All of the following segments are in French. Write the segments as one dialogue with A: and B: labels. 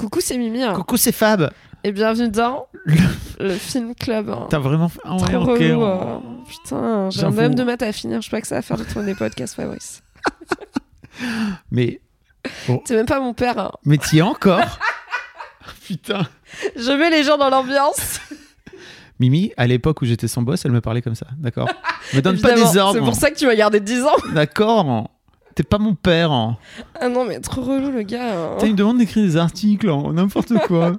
A: Coucou, c'est Mimi hein.
B: Coucou, c'est Fab.
A: et bienvenue dans le film club. hein.
B: T'as vraiment. fait- Ah ouais,
A: Trop
B: ok,
A: relou,
B: on-
A: hein. Putain, j'ai un
B: J'avoue.
A: même de maths à finir. Je sais pas que ça va faire de tourner podcast Fabrice.
B: Mais,
A: C'est même pas mon père. hein.
B: mais t'y es encore Putain.
A: Je mets les gens dans l'ambiance.
B: Mimi, à l'époque où j'étais son boss, elle me parlait comme ça, d'accord Me donne pas
A: évidemment.
B: des
A: C'est
B: ordres, hein.
A: pour ça que tu m'as gardé 10 ans.
B: d'accord hein. T'es pas mon père. hein.
A: Ah non, mais trop relou le gars. hein.
B: T'as une demande d'écrire des articles, hein, n'importe quoi.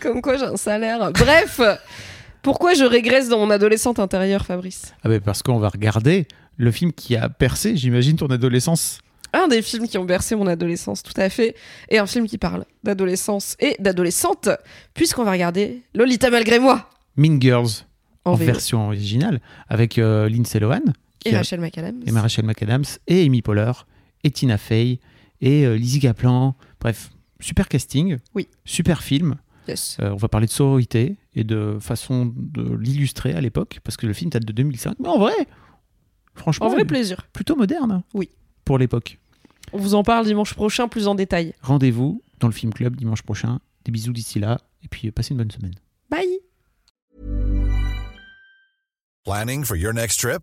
A: Comme quoi j'ai un salaire. Bref, pourquoi je régresse dans mon adolescente intérieure, Fabrice
B: ah ben parce qu'on va regarder le film qui a percé, j'imagine, ton adolescence.
A: Un des films qui ont bercé mon adolescence, tout à fait, et un film qui parle d'adolescence et d'adolescente, puisqu'on va regarder Lolita malgré moi
B: Mean Girls,
A: en,
B: en,
A: VO.
B: version originale, avec euh, Lindsay Lohan, qui
A: et
B: a-
A: Rachel McAdams.
B: et Rachel McAdams, et Amy Poehler, et Tina Fey, et euh, Lizzie Kaplan. Bref, super casting,
A: Oui.
B: super film.
A: Yes.
B: Euh, on va parler de sororité et de façon de l'illustrer à l'époque, parce que le film date de 2005. Mais en vrai, franchement,
A: En vrai
B: il est
A: plaisir.
B: plutôt moderne. hein,
A: Oui.
B: Pour l'époque.
A: On vous en parle dimanche prochain plus en détail.
B: Rendez-vous dans le film club dimanche prochain. Des bisous d'ici là, et puis euh, passez une bonne semaine.
A: Bye
C: Planning for your next trip?